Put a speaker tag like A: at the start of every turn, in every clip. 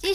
A: 积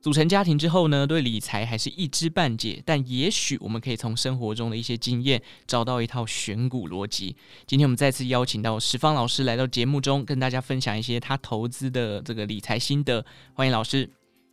B: 组成家庭之后呢，对理财还是一知半解，但也许我们可以从生活中的一些经验找到一套选股逻辑。今天我们再次邀请到石方老师来到节目中，跟大家分享一些他投资的这个理财心得。欢迎老师。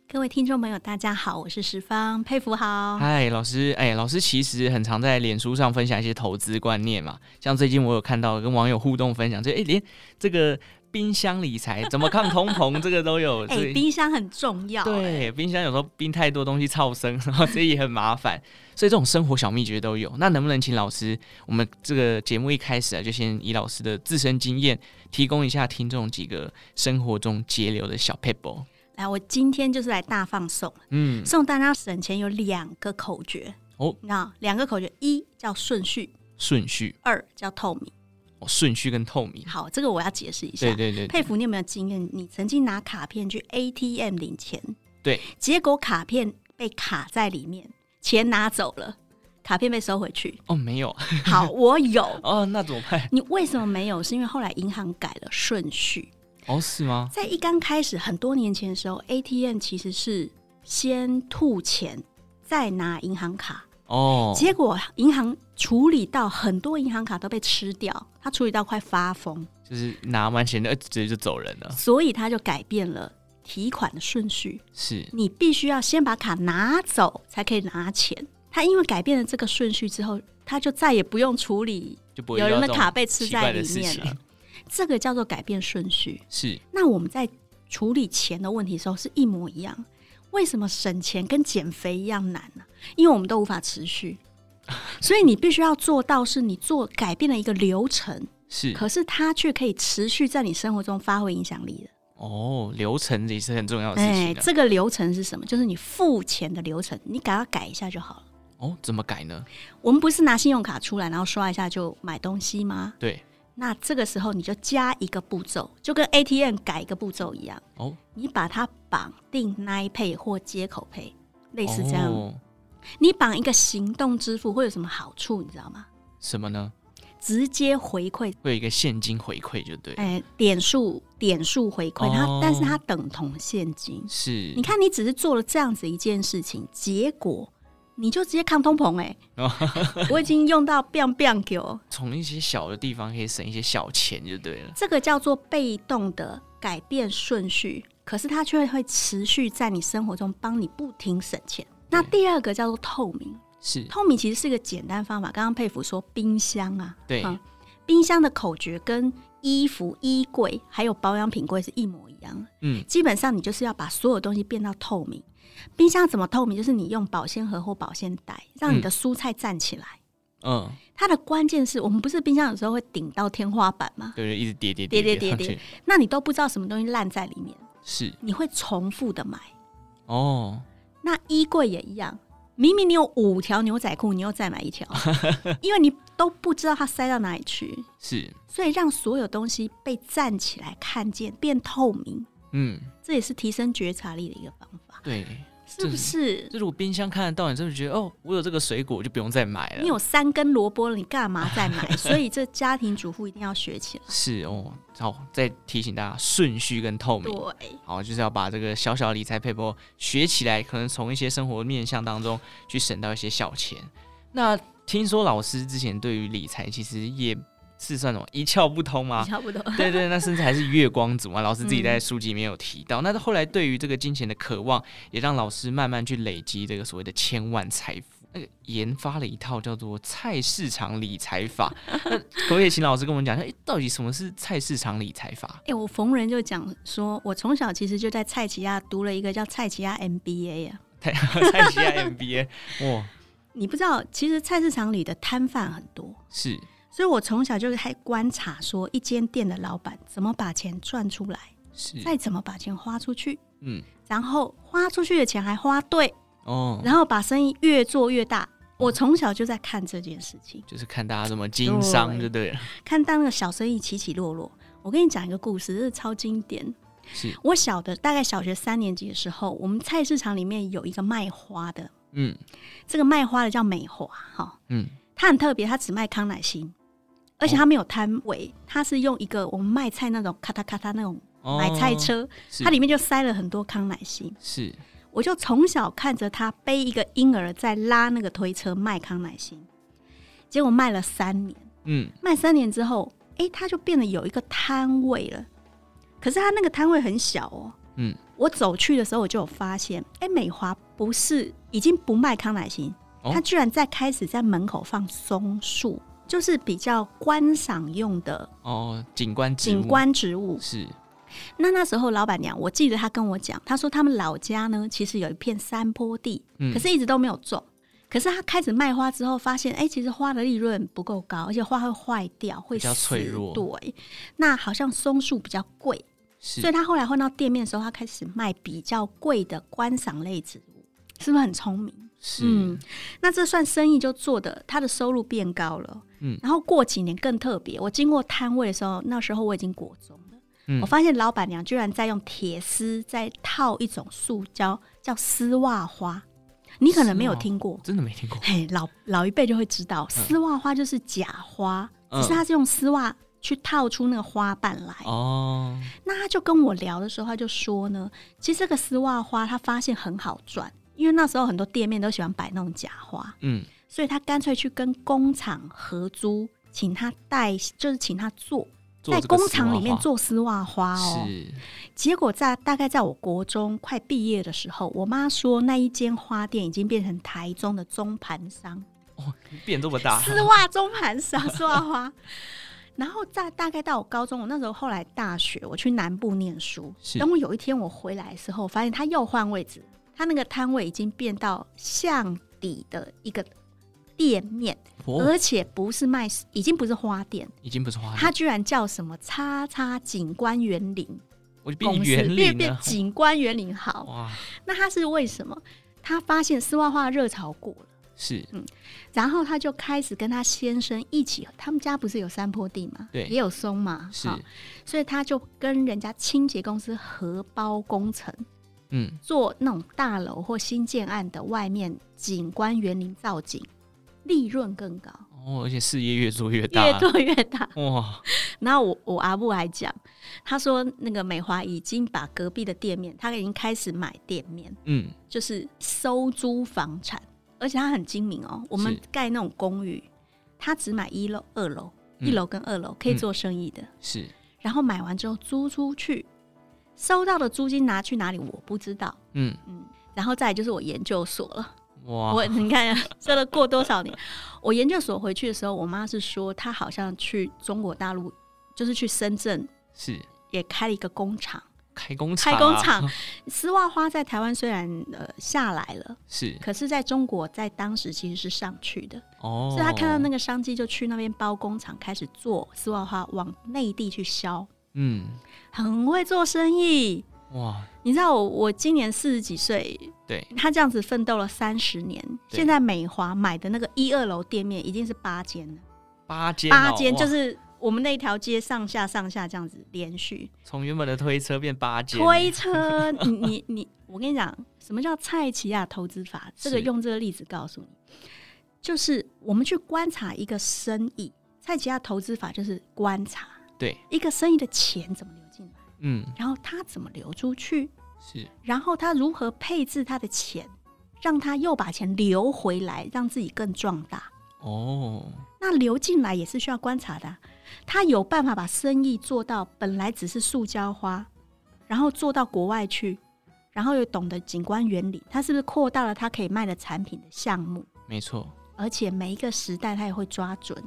C: 各位听众朋友，大家好，我是十方，佩服好。
B: 嗨，老师，哎，老师其实很常在脸书上分享一些投资观念嘛，像最近我有看到跟网友互动分享，这哎连这个冰箱理财怎么抗通膨这个都有，
C: 哎、
B: 所以
C: 冰箱很重要。
B: 对，冰箱有时候冰太多东西超生， 然后这也很麻烦，所以这种生活小秘诀都有。那能不能请老师，我们这个节目一开始啊，就先以老师的自身经验，提供一下听众几个生活中节流的小 paper？
C: 来，我今天就是来大放送，
B: 嗯，
C: 送大家省钱有两个口诀
B: 哦
C: 那两个口诀，一叫顺序，
B: 顺序，
C: 二叫透明。
B: 哦，顺序跟透明，
C: 好，这个我要解释一下。
B: 对对对对
C: 佩服你有没有经验？你曾经拿卡片去 ATM 领钱，
B: 对，
C: 结果卡片被卡在里面，钱拿走了，卡片被收回去。
B: 哦，没有，
C: 好，我有。
B: 哦，那怎么 办？
C: 你为什么没有？是因为后来银行改了顺序。
B: 哦，是吗？
C: 在一刚开始很多年前的时候，ATM 其实是先吐钱，再拿银行卡。
B: 哦，
C: 结果银行处理到很多银行卡都被吃掉，他处理到快发疯，
B: 就是拿完钱的，呃直接就走人了，
C: 所以他就改变了提款的顺序。
B: 是
C: 你必须要先把卡拿走，才可以拿钱。他因为改变了这个顺序之后，他就再也不用处理
B: 就不会遇
C: 有
B: 到
C: 人的
B: 这种
C: 卡被吃
B: 奇怪
C: 在
B: 的
C: 里
B: 事
C: 面
B: 情
C: 了，。这个叫做改变顺序。
B: 是
C: 那我们在处理钱的问题的时候是一模一样。为什么省钱跟减肥一样难呢、因为我们都无法 持续，所以你必须要做到是你做改变了一个流程，
B: 是，
C: 可是它却可以持续在你生活中发挥影响力的。哎
B: 哦，流程也是很重要的事情、啊。
C: 这个流程是什么？就是你付钱的流程，你给它改一下就好了。
B: 哦，怎么改呢？
C: 我们不是拿信用卡出来，然后刷一下就买东西吗？
B: 对，
C: 那这个时候你就加一个步骤，就跟 ATM 改一个步骤一样。
B: 哦，
C: 你把它绑定 Line Pay 或接口 Pay，类似这样。
B: 哦、
C: 你绑一个行动支付会有什么好处？你知道吗？
B: 什么呢？
C: 直接回馈，
B: 会有一个现金回馈，就对了，
C: 哎、点数点数回馈，
B: 哦
C: 它但是它等同现金。
B: 是，
C: 你，看，你只是做了这样子一件事情，结果你就直接抗通膨哎、
B: 哦
C: 我已经用到 biang biang 给
B: 从一些小的地方可以省一些小钱，就对了。
C: 这个叫做被动的改变顺序，可是它却会持续在你生活中帮你不停省钱。那
B: 对
C: 第二个叫做透明，
B: 是，
C: 透明其实是一个简单方法。刚刚佩服说冰箱啊，
B: 对，
C: 嗯冰箱的口诀跟衣服、衣柜还有保养品柜是一模一样的。
B: 嗯，
C: 基本上你就是要把所有东西变到透明。冰箱怎么透明？就是你用保鲜盒或保鲜袋，让你的蔬菜站起来。
B: 嗯，
C: 它的关键是我们不是冰箱有时候会顶到天花板吗？
B: 对对，一直叠叠
C: 叠
B: 叠
C: 叠叠
B: 上去，
C: 那你都不知道什么东西烂在里面，
B: 是，
C: 你会重复的买。
B: 哦，
C: 那衣柜也一样，明明你有五条牛仔裤，你又再买一条，因为你都不知道它塞到哪里去，
B: 是，
C: 所以让所有东西被站起来看见，变透明，
B: 嗯，
C: 这也是提升觉察力的一个方法，
B: 对。
C: 是不是？
B: 就如果冰箱看得到，你真的觉得哦，我有这个水果，我就不用再买了。
C: 你有三根萝卜了，你干嘛再买？所以这家庭主妇一定要学起来。
B: 是哦，好，再提醒大家顺序跟透明。
C: 对，
B: 好，就是要把这个小小的理财配波学起来，可能从一些生活面向当中去省到一些小钱。那听说老师之前对于理财其实也是算什么一窍不通吗？
C: 差不多。
B: 对对，那甚至还是月光族嘛，老师自己在
C: 嗯
B: 书籍里面有提到。那后来对于这个金钱的渴望，也让老师慢慢去累积这个所谓的千万财富。那个研发了一套叫做菜市场理财法，那可不可以请老师跟我们讲一下，诶到底什么是菜市场理财法？
C: 哎、我逢人就讲说，我从小其实就在蔡奇亚读了一个叫蔡奇亚 MBA 啊。
B: 菜菜市场 MBA，哇，
C: 你不知道，其实菜市场里的摊贩很多，
B: 是
C: 所以我从小就是还观察说，一间店的老板怎么把钱赚出来，
B: 是，
C: 再怎么把钱花出去，
B: 嗯，
C: 然后花出去的钱还花对，
B: 哦，
C: 然后把生意越做越大。我从小就在看这件事情，
B: 就是看大家怎么经商
C: 对
B: 就对了。
C: 看到那个小生意起起落落。我跟你讲一个故事，这是超经典。
B: 是，
C: 我小的大概小学三年级的时候，我们菜市场里面有一个卖花的，
B: 嗯
C: 这个卖花的叫美华哈，
B: 嗯，
C: 它很特别，它只卖康乃馨，而且它没有摊位，它是用一个我们卖菜那种咔嗒咔嗒那种
B: 哦
C: 买菜车，
B: 是
C: 它里面就塞了很多康乃馨。
B: 是
C: 我就从小看着他背一个婴儿在拉那个推车卖康乃馨，结果卖了三年，
B: 嗯
C: 卖三年之后，诶，他就变得有一个摊位了。可是他那个摊位很小哦，
B: 嗯，
C: 我走去的时候我就有发现，诶，美华不是已经不卖康乃馨，
B: 哦
C: 他居然在开始在门口放松树，就是比较观赏用的
B: 哦，景观植物
C: 景观植物。
B: 是
C: 那那时候老板娘，我记得她跟我讲，她说他们老家呢，其实有一片山坡地，
B: 嗯
C: 可是一直都没有种。可是她开始卖花之后，发现哎、其实花的利润不够高，而且花会坏掉，会
B: 比较
C: 死
B: 脆弱
C: 对，那好像松树比较贵，
B: 是
C: 所以她后来换到店面的时候，她开始卖比较贵的观赏类植物，是不是很聪明？
B: 是
C: 嗯，那这算生意就做的，他的收入变高了。
B: 嗯
C: 然后过几年更特别，我经过摊位的时候，那时候我已经国中了，
B: 嗯
C: 我发现老板娘居然在用铁丝在套一种塑胶，叫丝袜花，你可能没有
B: 丝袜
C: 听过。
B: 哦真的没听 过
C: 嘿，老老一辈就会知道，丝袜花就是假花，
B: 嗯
C: 只是它是用丝袜去套出那个花瓣来。
B: 哦，
C: 那他就跟我聊的时候，他就说呢，其实这个丝袜花他发现很好赚，因为那时候很多店面都喜欢摆那种假花，
B: 嗯
C: 所以他干脆去跟工厂合租，请他带，就是请他做，
B: 做
C: 在
B: 这个
C: 工
B: 丝
C: 厂
B: 袜
C: 里面
B: 花
C: 做丝袜花哦。
B: 是
C: 结果在大概在我国中快毕业的时候，我妈说那一间花店已经变成台中的中盘 商，
B: 哦变这么大哦
C: 丝袜中盘商，丝袜花。 然后在大概到我高中，我那时候后来大学，我去南部念书。
B: 是
C: 等我有一天我回来的时候，发现他又换位置，他那个摊位已经变到巷底的一个店面，
B: 哦，啊
C: 而且不是卖，已经不是花店，
B: 已经不是花
C: 他
B: 了，
C: 居然叫什么“叉叉景观园林
B: 我就”变
C: 公司，
B: 园
C: 变
B: 林啊哦
C: 变
B: 了
C: 景观园林好。
B: 哇，
C: 那他是为什么？他发现丝袜花的热潮过了。
B: 是
C: 嗯然后他就开始跟他先生一起，他们家不是有山坡地嘛，
B: 对
C: 也有松嘛，
B: 是
C: 哈所以他就跟人家清洁公司合包工程，
B: 嗯
C: 做那种大楼或新建案的外面景观园林造景，利润更高，
B: 哦，而且事业越做越大，
C: 越做越大。
B: 哇，
C: 然后我我阿布还讲，他说那个美华已经把隔壁的店面，他已经开始买店面，
B: 嗯
C: 就是收租房产，而且他很精明哦。我们
B: 是
C: 盖那种公寓，他只买一楼、二楼，
B: 嗯
C: 一楼跟二楼可以做生意的。
B: 是
C: 然后买完之后租出去，收到的租金拿去哪里我不知道。
B: 嗯
C: 然后再来就是我研究所了，
B: 哇
C: 我你看这都过多少年？我研究所回去的时候，我妈是说她好像去中国大陆，就是去深圳
B: 是
C: 也开了一个工厂。
B: 开工厂啊
C: 开工 厂，丝袜花在台湾虽然呃下来了，
B: 是
C: 可是在中国，在当时其实是上去的，
B: 哦，
C: 所以他看到那
B: 个
C: 个商机，就去那边包工厂，开始做丝袜花，往内地去销，
B: 嗯
C: 很会做生意。
B: 哇
C: 你知道我我今年四十几岁，
B: 对
C: 他这样子奋斗了三十年，
B: 对
C: 现在美华买的那个一二楼店面已经是八间了，
B: 八间
C: 八
B: 哦
C: 间
B: 哇
C: 就是我们那条街上下上下这样子连续
B: 从原本的推车变八间，
C: 推车，你你你，我跟你讲，什么叫蔡奇亚投资法？这个
B: 是
C: 用这个例子告诉你，就是我们去观察一个生意，蔡奇亚投资法就是观察
B: 对
C: 一个生意的钱怎么流进来，
B: 嗯
C: 然后它怎么流出去，
B: 是
C: 然后它如何配置它的钱，让它又把钱流回来，让自己更壮大。
B: 哦
C: 那流进来也是需要观察的啊、他有办法把生意做到本来只是塑胶花，然后做到国外去，然后又懂得景观原理，他是不是扩大了他可以卖的产品的项目？
B: 没错
C: 而且每一个时代他也会抓准，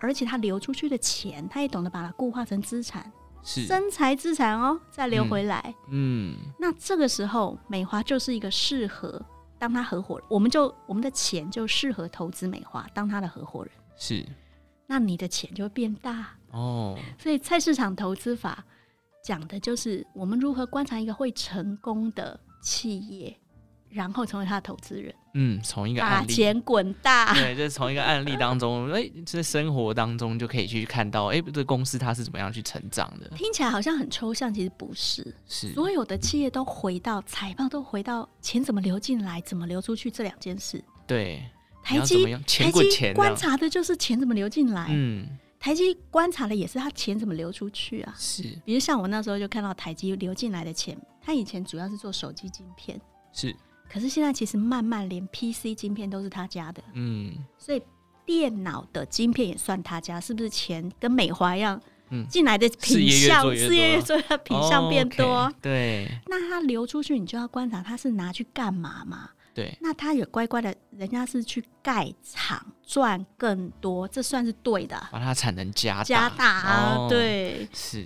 C: 而且他流出去的钱，他也懂得把它固化成资产，
B: 是
C: 生财资产哦，再流回来。
B: 嗯
C: 那这个时候，美华就是一个适合当他合伙人，我们就我们的钱就适合投资美华当他的合伙人。
B: 是
C: 那你的钱就会变大。
B: 哦
C: 所以菜市场投资法讲的就是我们如何观察一个会成功的企业，然后成为他的投资人，
B: 嗯，从一个
C: 把
B: 案例，
C: 钱滚大。
B: 对，这是从一个案例当中，哎，这生活当中就可以去看到，哎，这个公司它是怎么样去成长的，
C: 听起来好像很抽象，其实不是。
B: 是，
C: 所有的企业都回到财报，都回到钱怎么流进来、怎么流出去这两件事。
B: 对，你
C: 台
B: 要怎
C: 积
B: 么样，
C: 台
B: 钱滚
C: 积
B: 钱
C: 观
B: 啊，
C: 察的就是钱怎么流进来，
B: 嗯，
C: 台积观察的也是它钱怎么流出去啊。
B: 是
C: 比如像我那时候就看到台积流进来的钱，它以前主要是做手机晶片，
B: 是，
C: 可是现在其实慢慢连 PC 晶片都是他家的，
B: 嗯
C: 所以电脑的晶片也算他家，是不是钱跟美华一样
B: 嗯，
C: 进来的品相，
B: 事业越做越多
C: 事业越做它品相变多，
B: 哦，OK，对
C: 那它流出去，你就要观察它是拿去干嘛嘛？
B: 对，
C: 那它也乖乖的，人家是去盖厂赚更多，这算是对的啊，
B: 把它产能加
C: 加大啊，
B: 哦，
C: 对。
B: 是。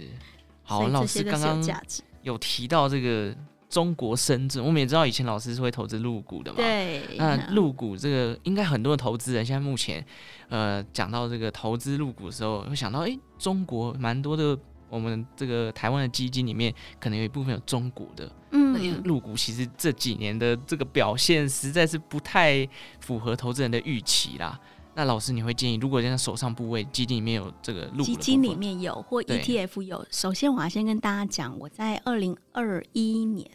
C: 所
B: 好，
C: 以这
B: 老
C: 些
B: 师
C: 都
B: 刚
C: 是有
B: 刚
C: 价值，
B: 有提到这个中国深圳，我们也知道以前老师是会投资入股的嘛。。
C: 对，嗯
B: 那入股这个，应该很多的投资人现在目前，呃，讲到这个投资入股的时候，会想到，诶，中国蛮多的，我们这个台湾的基金里面，可能有一部分有中国的。
C: 嗯，
B: 入股其实这几年的这个表现，实在是不太符合投资人的预期啦。那老师，你会建议，如果现在手上部位基金里面有这个入股的
C: 基
B: 部
C: 金里
B: 分，
C: 面有或
B: 对
C: ETF 有。首先，我要先跟大家讲，我在二零二一年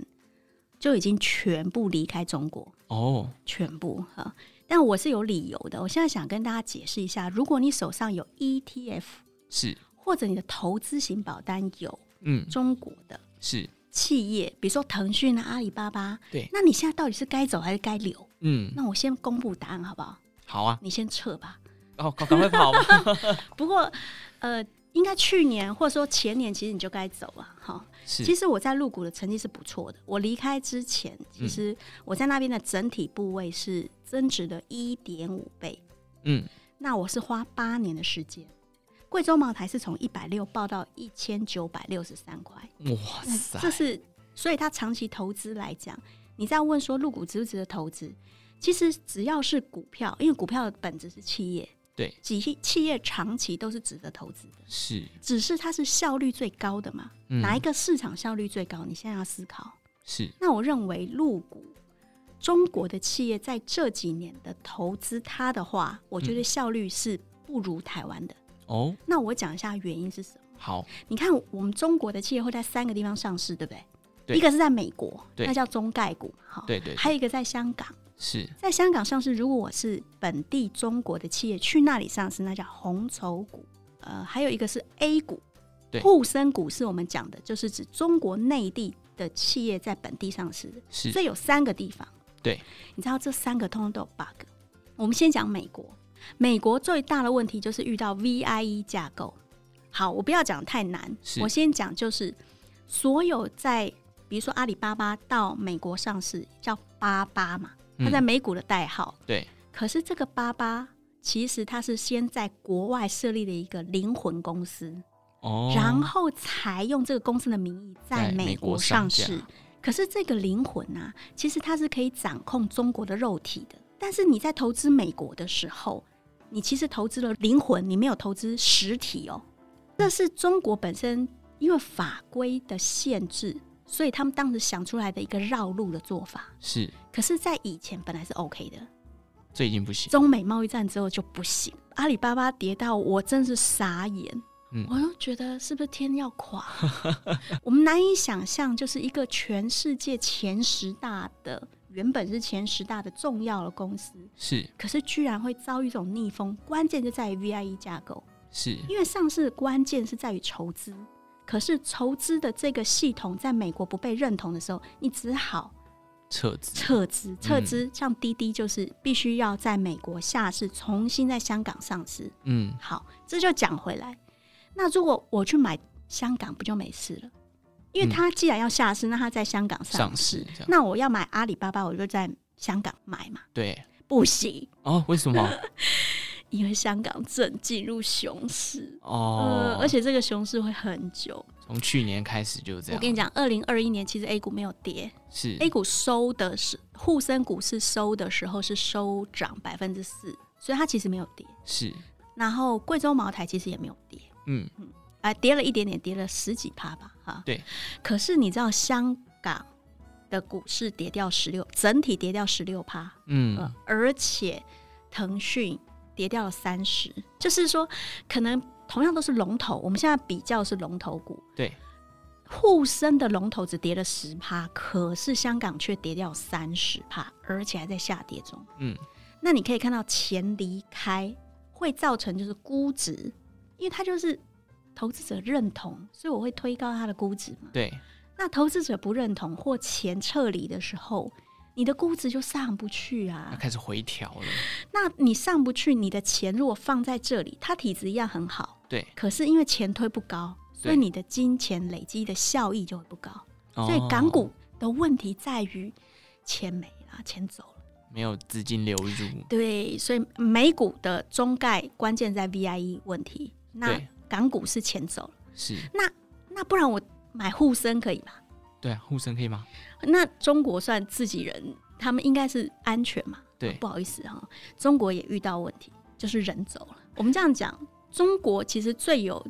C: 就已经全部离开中国，
B: 哦，
C: 全部哈。但我是有理由的。我现在想跟大家解释一下，如果你手上有 ETF
B: 是，
C: 或者你的投资型保单有
B: 嗯，
C: 中国的
B: 是，
C: 企业，比如说腾讯啊、阿里巴巴，
B: 对
C: 那你现在到底是该走还是该留？
B: 嗯，
C: 那我先公布答案好不好？
B: 好啊，
C: 你先撤吧。
B: 哦，赶赶快跑吧，
C: 不过，呃，应该去年或者说前年，其实你就该走了哈。
B: 是，
C: 其实我在入股的成绩是不错的。我离开之前，其实
B: 嗯
C: 我在那边的整体部位是增值的一点五倍。
B: 嗯，
C: 那我是花八年的时间。贵州茅台是从一百六报到一千九百六十三块，
B: 哇
C: 那
B: 塞，
C: 嗯这是所以它长期投资来讲，你在问说入股值不值得投资？其实只要是股票，因为股票的本质是企业，
B: 对，
C: 企企业长期都是值得投资的，
B: 是、
C: 只是它是效率最高的嘛。
B: 嗯、
C: 哪一个市场效率最高？你现在要思考。
B: 是
C: 那我认为入股中国的企业在这几年的投资，它的话，我
B: 嗯
C: 觉得效率是不如台湾的。
B: 哦，
C: 那我讲一下原因是什么？
B: 好，
C: 你看，我们中国的企业会在三个地方上市，对不对？
B: 对
C: 一个是在美国，
B: 对
C: 那叫中概股，哈。
B: 对对对
C: 还有一个在香港，
B: 是
C: 在香港上市，如果我是本地中国的企业去那里上市，那叫红筹股。呃，还有一个是 A 股
B: 对，
C: 沪深股是我们讲的，就是指中国内地的企业在本地上市的。
B: 是
C: 所以有三个地方。
B: 对，
C: 你知道这三个通通都有 bug。我们先讲美国，美国最大的问题就是遇到 VIE 架构。好，我不要讲太难，
B: 是
C: 我先讲就是所有在比如说阿里巴巴到美国上市叫巴巴嘛，它在
B: 嗯
C: 美股的代号。
B: 对
C: 可是这个巴巴其实它是先在国外设立了一个灵魂公司，
B: 哦，
C: 然后才用这个公司的名义在
B: 在
C: 美
B: 美
C: 国
B: 国
C: 上
B: 上
C: 市
B: 架。
C: 可是这个灵魂啊，其实它是可以掌控中国的肉体的。但是你在投资美国的时候，你其实投资了灵魂，你没有投资实体哦。这是中国本身因为法规的限制，所以他们当时想出来的一个绕路的做法。
B: 是
C: 可是，在以前本来是 OK 的，
B: 这已经不行，
C: 中美贸易战之后就不行。阿里巴巴跌到我真是傻眼，
B: 嗯
C: 我都觉得是不是天要垮？ 我们难以想象，就是一个全世界前十大的，原本是前十大的重要的公司，
B: 是
C: 可是居然会遭遇这种逆风。关键就在于 VIE 架构，
B: 是
C: 因为上市的关键是在于筹资，可是筹资的这个系统在美国不被认同的时候，你只好
B: 撤资，
C: 撤资，
B: 嗯
C: 撤资像滴滴就是必须要在美国下市，重新在香港上市。
B: 嗯，
C: 好，这就讲回来，那如果我去买香港，不就没事了？因为
B: 嗯
C: 它既然要下市，那它在香港上
B: 上
C: 市，
B: 市这样，
C: 那我要买阿里巴巴，我就在香港买嘛，
B: 对
C: 不行，
B: 哦，为 什么？
C: 因为香港正进入熊市。
B: 哦，
C: 呃，而且这个熊市会很久。
B: 从去年开始就这
C: 我
B: 样，
C: 跟你讲，二零二一年其实 A 股没有跌，
B: 是
C: A 股收的是沪深股市收的时候是收涨百分之四，所以它其实没有跌。
B: 是，
C: 然后贵州茅台其实也没有跌，哎
B: 嗯，
C: 啊、跌了一点点，跌了十几趴吧，哈。
B: 对。
C: 可是你知道香港的股市跌掉十六，整体跌掉十六趴，
B: 嗯
C: 呃，而且腾讯跌掉了三十，就是说可能同样都是龙头，我们现在比较是龙头股，
B: 对，
C: 沪深的龙头只跌了十趴，可是香港却跌掉三十趴，而且还在下跌中。
B: 嗯，
C: 那你可以看到钱离开会造成就是估值，因为它就是投资者认同，所以我会推高它的估值嘛。
B: 对，
C: 那投资者不认同或钱撤离的时候，你的估值就上不去
B: 那
C: 啊。
B: 开始回调了，
C: 那你上不去，你的钱如果放在这里，它体质一样很好，
B: 对，
C: 可是因为钱推不高，所以
B: 对
C: 你的金钱累积的效益就会不高。所以港
B: 哦
C: 股的问题在于钱没了，钱走了。
B: 没有资金流入，
C: 对，所以美股的中概关键在 VIE 问题，那
B: 对
C: 港股是钱走了。
B: 是
C: 那不然我买沪深可以吧？
B: 对啊，沪深可以吗？
C: 那中国算自己人，他们应该是安全嘛？哦
B: 对，
C: 不好意思哈、中国也遇到问题，就是人走了。我们这样讲，中国其实最有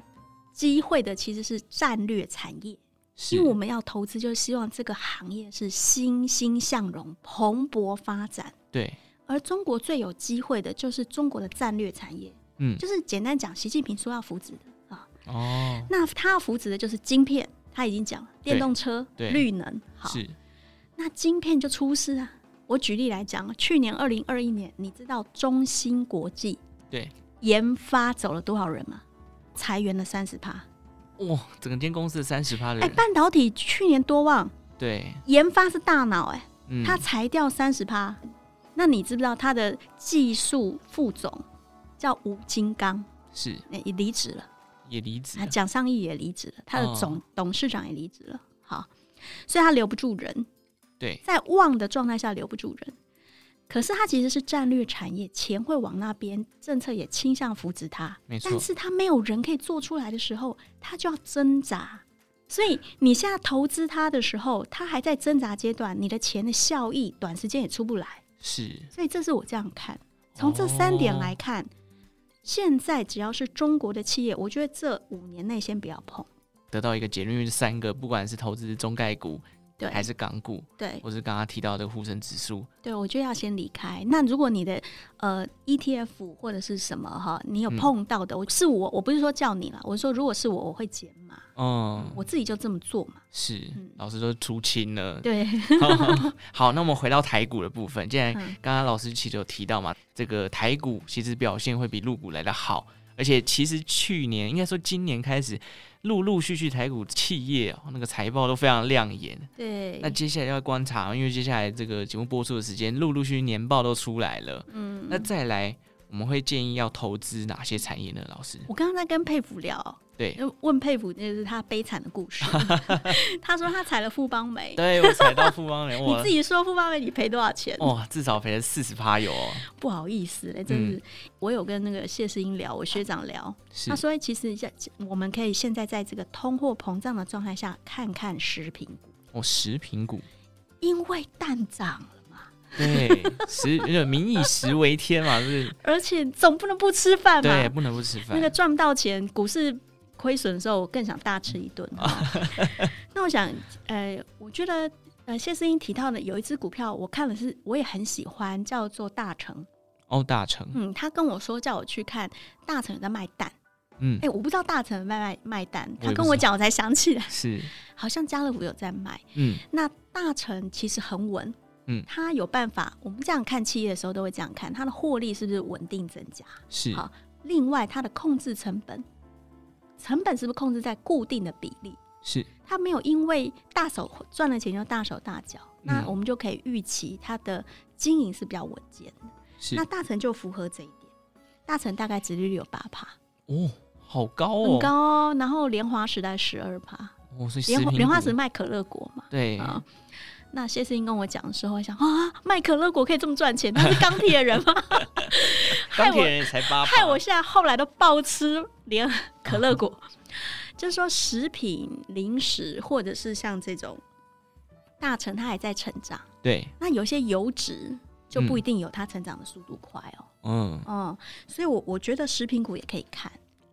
C: 机会的其实是战略产业。
B: 是
C: 因为我们要投资，就是希望这个行业是欣欣向荣、蓬勃发展。
B: 对，
C: 而中国最有机会的就是中国的战略产业，
B: 嗯，
C: 就是简单讲，习近平说要扶植的啊，
B: 哦，
C: 那他要扶植的就是晶片，他已经讲了，电动车、
B: 对
C: 绿能，好，
B: 是，
C: 那晶片就出事啊。我举例来讲，去年二零二一年，你知道中芯国际
B: 对，
C: 研发走了多少人吗？裁员了三十趴。
B: 哇，整间公司三十趴的
C: 哎、
B: 人，
C: 半导体去年多旺，
B: 对，
C: 研发是大脑、哎。
B: 嗯，
C: 他裁掉三十趴，那你知不知道他的技术副总叫吴金刚，
B: 是
C: 诶也离职了，
B: 也离职
C: 啊，
B: 了，
C: 蒋尚义也离职了，他的
B: 哦
C: 总、董事长也离职了，好，所以他留不住人，
B: 对，
C: 在旺的状态下留不住人。可是他其实是战略产业，钱会往那边，政策也倾向扶植他，
B: 没错
C: 但，是他没有人可以做出来的时候，他就要挣扎。所以你现在投资他的时候，他还在挣扎阶段，你的钱的效益短时间也出不来。
B: 是
C: 所以这是我这样看，从这三点来
B: 哦
C: 看，现在只要是中国的企业，我觉得这五年内先不要碰。
B: 得到一个结论，因为这三个不管是投资中概股
C: 对，
B: 还是港股，
C: 对
B: 或是刚刚提到的沪深指数，
C: 对，我觉得要先离开。那如果你的呃 ETF 或者是什么哈，你有
B: 嗯
C: 碰到的，我是我，我不是说叫你了，我是说如果是我，我会减码，
B: 嗯，
C: 我自己就这么做嘛。
B: 是
C: 嗯
B: 老师都出清 了，
C: 对，
B: 好，那我们回到台股的部分。既然
C: 嗯
B: 刚刚老师其实有提到嘛，这个台股其实表现会比陆股来的好，而且其实去年应该说今年开始，陆陆续续台股企业、哦、那个财报都非常亮眼。
C: 对，
B: 那接下来要观察，因为接下来这个节目播出的时间，陆陆续续年报都出来了。
C: 嗯
B: 那再来，我们会建议要投资哪些产业呢？老 师，
C: 我刚刚在跟佩服聊，呃
B: 对。
C: 问佩服就是他悲惨的 故事。他说他踩了富邦美，
B: 对，我踩到富邦人，
C: 你
B: 我
C: 自己说富邦美你赔多少钱？
B: 哇、至少赔了四十趴有哦，
C: 不好意思嘞，真是、我有跟那个谢世英聊，我学长聊，
B: 是
C: 他说哎其实在我们可以现在在这个通货膨胀的状态下看看食品股，
B: 哦，食品股，
C: 因为蛋涨了嘛，
B: 对，食呃民以食为天嘛，就是
C: 而且总不能不吃饭
B: 对，
C: 嘛，
B: 不能不吃饭。
C: 那个赚不到钱，股市亏损的时候，我更想大吃一顿。 那我想，呃，我觉得呃谢世英提到的有一只股票，我看了是我也很喜欢，叫做大成，
B: 哦，大成，
C: 嗯，他跟我说叫我去看大成有在卖蛋。
B: 嗯
C: 哎、，我不知道大成卖卖卖蛋，
B: 我也
C: 他
B: 不
C: 跟
B: 知
C: 我
B: 道
C: 讲，我才想起来，
B: 是，
C: 好像家乐福有在卖。
B: 嗯，
C: 那大成其实很稳，
B: 嗯
C: 他有办法。我们这样看企业的时候都会这样看，它的获利是不是稳定增加？
B: 是，
C: 好另外，它的控制成本，成本是不是控制在固定的比例？
B: 是，
C: 它没有因为大手赚了钱就大手大脚，那
B: 嗯
C: 我们就可以预期它的经营是比较稳健的。
B: 是
C: 那，大成就符合这一点，大成大概殖利率有八趴，
B: 哦，好高哦，
C: 很，高、哦。然后莲花时代十二趴，
B: 哦，所以食
C: 莲
B: 品
C: 花
B: 股
C: 莲花石卖可乐果嘛，
B: 对，
C: 啊。那谢世英跟我讲的时候，我想啊，卖可乐果可以这么赚钱？他是钢铁人吗？ 害
B: 钢铁
C: 我
B: 人也才八趴，
C: 害我现在后来都暴吃连可 乐果。就是说，食品、零食，或者是像这种大成，它还在成长。
B: 对，
C: 那有些油脂就不
B: 嗯
C: 一定有它成长的速度快哦。
B: 嗯，
C: 嗯，所以我我觉得食品股也可以看。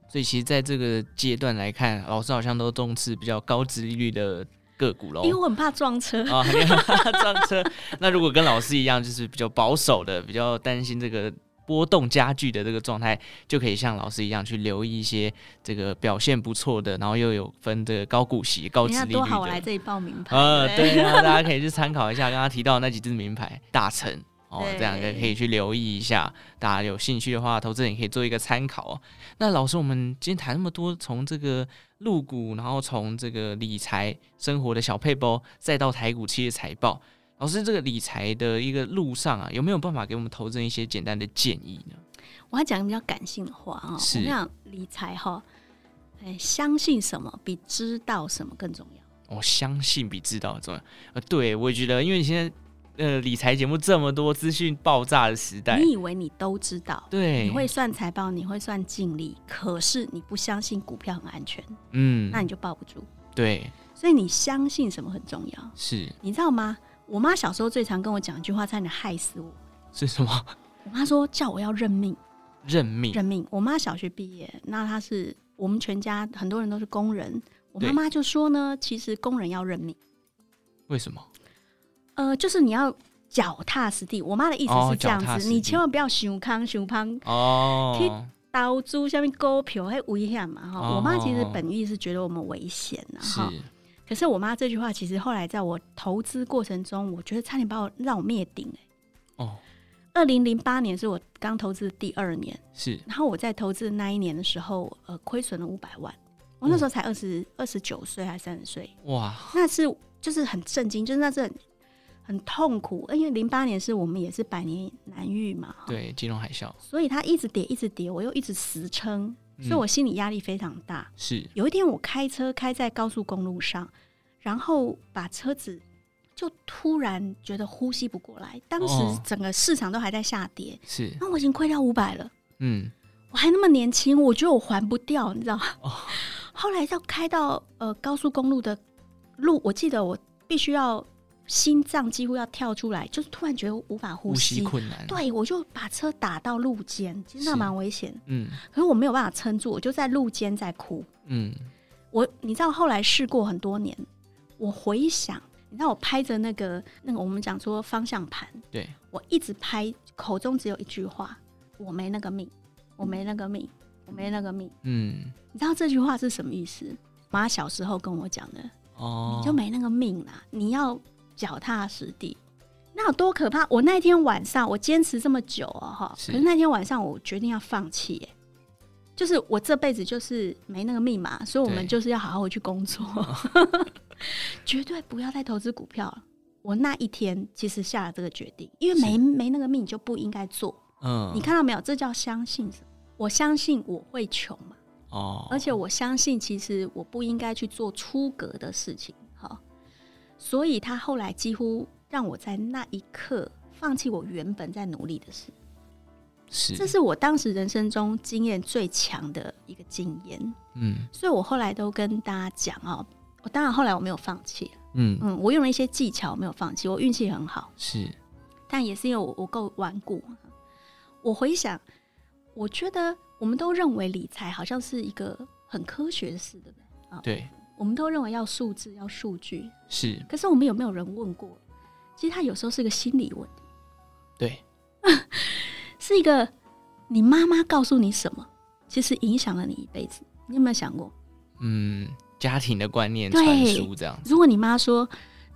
B: 所以其实在这个阶段来看，老师好像都重视比较高殖利率的个股喽
C: 因。为我很怕撞车。
B: 啊，很厉害 撞车。那如果跟老师一样，就是比较保守的，比较担心这个波动加剧的这个状态，就可以像老师一样去留意一些这个表现不错的，然后又有分这个高股息、高
C: 你
B: 殖
C: 看
B: 利率
C: 多好，我啊来
B: 的。
C: 这里报名牌。
B: 呃，
C: 不
B: 对啊，大家可以去参考一下刚刚提到的那几只名牌大成哦，
C: 对
B: 这两个可以去留意一下。大家有兴趣的话，投资人也可以做一个参考哦。那老师，我们今天谈那么多，从这个入股，然后从这个理财生活的小配包，再到台股企业财报，老师这个理财的一个路上啊，有没有办法给我们投资人一些简单的建议呢？
C: 我要讲个比较感性的话啊、
B: 是
C: 我们讲理财哈、哎，相信什么比知道什么更重要。
B: 我、相信比知道重要。呃，对我也觉得，因为你现在呃理财节目这么多，资讯爆炸的时代，
C: 你以为你都知道，
B: 对，
C: 你会算财报，你会算净利，可是你不相信股票很安全，
B: 嗯，
C: 那你就抱不住。
B: 对
C: 所以你相信什么很重要，
B: 是
C: 你知道吗？我妈小时候最常跟我讲一句话，差点害死我。
B: 是什么
C: 我妈说叫我要认命，
B: 认命？
C: 认命。我妈小学毕业，那她是我们全家很多人都是工人。我
B: 对
C: 妈妈就说呢，其实工人要认命，
B: 为什么？
C: 呃，就是你要脚踏实地。我妈的意思
B: 哦
C: 是这样
B: 脚踏实
C: 子，
B: 地
C: 你千万不要想康想胖，
B: 哦，
C: 刀猪下面勾票还危险嘛哈。
B: 哦
C: 我妈其实本意是觉得我们危险呐、
B: 是
C: 哈。可是我妈这句话，其实后来在我投资过程中，我觉得差点把我让我灭顶哎、
B: 哦，
C: 二零零八年是我刚投资的第二年，
B: 是
C: 然后我在投资的那一年的时候，呃，亏损了五百万。我那时候才二十二十九岁还是三十岁，
B: 哇，
C: 那是就是很震惊，就是那是很很痛苦，因为零八年是我们也是百年难遇嘛，哈，
B: 对，金融海啸
C: 所以它一直跌一直跌，我又一直死撑，
B: 嗯
C: 所以我心理压力非常大。
B: 是
C: 有一天我开车开在高速公路上，然后把车子就突然觉得呼吸不过来，当时
B: 哦
C: 整个市场都还在下跌，
B: 是，
C: 那我已经亏掉五百了，
B: 嗯，
C: 我还那么年轻，我觉得我还不掉，你知道吗？
B: 哦
C: 后来要开到呃高速公路的路，我记得我必须要心脏几乎要跳出来，就是突然觉得无法呼
B: 呼吸
C: 吸。
B: 困难，，
C: 对，我就把车打到路肩，其实那
B: 是
C: 蛮危险的，
B: 嗯
C: 可是我没有办法撑住，我就在路肩在哭。
B: 嗯，
C: 我你知道后来试过很多年，我回想，你知道我拍着那个那个我们讲说方向盘，
B: 对，
C: 我一直拍，口中只有一句话：我没那个命，我没那个命，我没那个命。
B: 嗯，
C: 你知道这句话是什么意思？妈小时候跟我讲的，
B: 哦，
C: 你就没那个命啦，你要脚踏实地。那有多可怕！我那天晚上我坚持这么久哦，哈，
B: 是
C: 可是那天晚上我决定要放弃，耶，就是我这辈子就是没那个密码，所以我们
B: 对哦
C: 就是要好好去工作， 绝对不要再投资股票了。我那一天其实下了这个决定，因为没没那个命就不应该做。
B: 嗯，
C: 你看到没有？这叫相信什么？我相信我会穷嘛。
B: 哦，
C: 而且我相信，其实我不应该去做出格的事情，哈。所以他后来几乎让我在那一刻放弃我原本在努力的事，
B: 是，
C: 这是我当时人生中经验最强的一个经验。
B: 嗯
C: 所以我后来都跟大家讲哦，我当然后来我没有放弃，
B: 嗯
C: 嗯，我用了一些技巧没有放弃，我运气很好，
B: 是，
C: 但也是因为我我够顽固。我回想，我觉得我们都认为理财好像是一个很科学的事，对不对？
B: 对
C: 我们都认为要数字、要数据，
B: 是，
C: 可是我们有没有人问过？其实它有时候是个心理问题，
B: 对，
C: 是一个你妈妈告诉你什么，其实影响了你一辈子。你有没有想过，
B: 嗯，家庭的观念
C: 对
B: 传输这样子，
C: 如果你妈说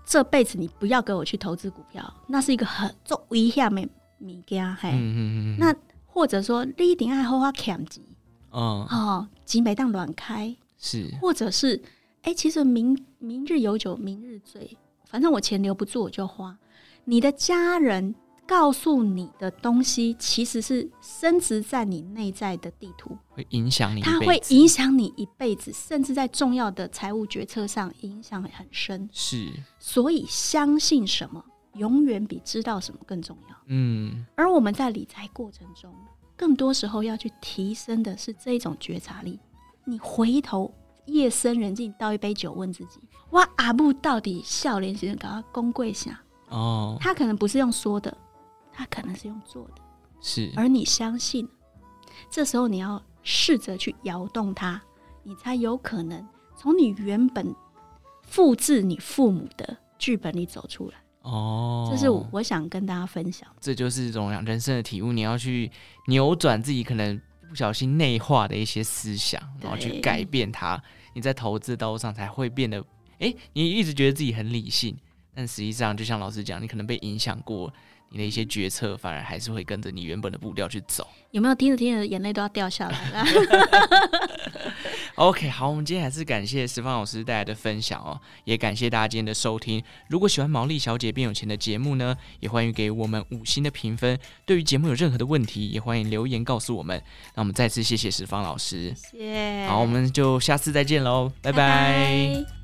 C: 这辈子你不要给我去投资股票，那是一个很做一下没米家嘿，
B: 嗯嗯嗯，
C: 那或者说你一定爱花花砍钱
B: 嗯
C: 哦，集每当乱开，
B: 是，
C: 或者是哎、诶其实明明日有酒明日醉，反正我钱留不住我就花。你的家人告诉你的东西，其实是深植在你内在的地图，
B: 会影响你一辈子，
C: 它会影响你一辈子，甚至在重要的财务决策上影响很深。
B: 是，
C: 所以，相信什么永远比知道什么更重要。
B: 嗯
C: 而我们在理财过程中，更多时候要去提升的是这一种觉察力。你回头夜深人静倒一杯酒，问自己：哇，阿布到底笑脸先生搞到公贵下？
B: 哦
C: 他可能不是用说的，他可能是用做的。
B: 是，
C: 而你相信，这时候你要试着去摇动它，你才有可能从你原本复制你父母的剧本里走出来。
B: 哦，
C: 这是我我想跟大家分享。
B: 这就是一种人生的体悟，你要去扭转自己可能不小心内化的一些思想，然后去
C: 对
B: 改变它，你在投资道路上才会变得，诶，你一直觉得自己很理性，但实际上就像老师讲，你可能被影响过，你的一些决策反而还是会跟着你原本的步调去走。
C: 有没有听着听着眼泪都要掉下来了？
B: OK，好，我们今天还是感谢石方老师带来的分享哦，也感谢大家今天的收听。如果喜欢《毛利小姐变有钱》的节目呢，也欢迎给我们五星的评分。对于节目有任何的问题，也欢迎留言告诉我们。那我们再次谢谢石方老师，
C: 谢谢。
B: 好，我们就下次再见喽，拜拜
C: 拜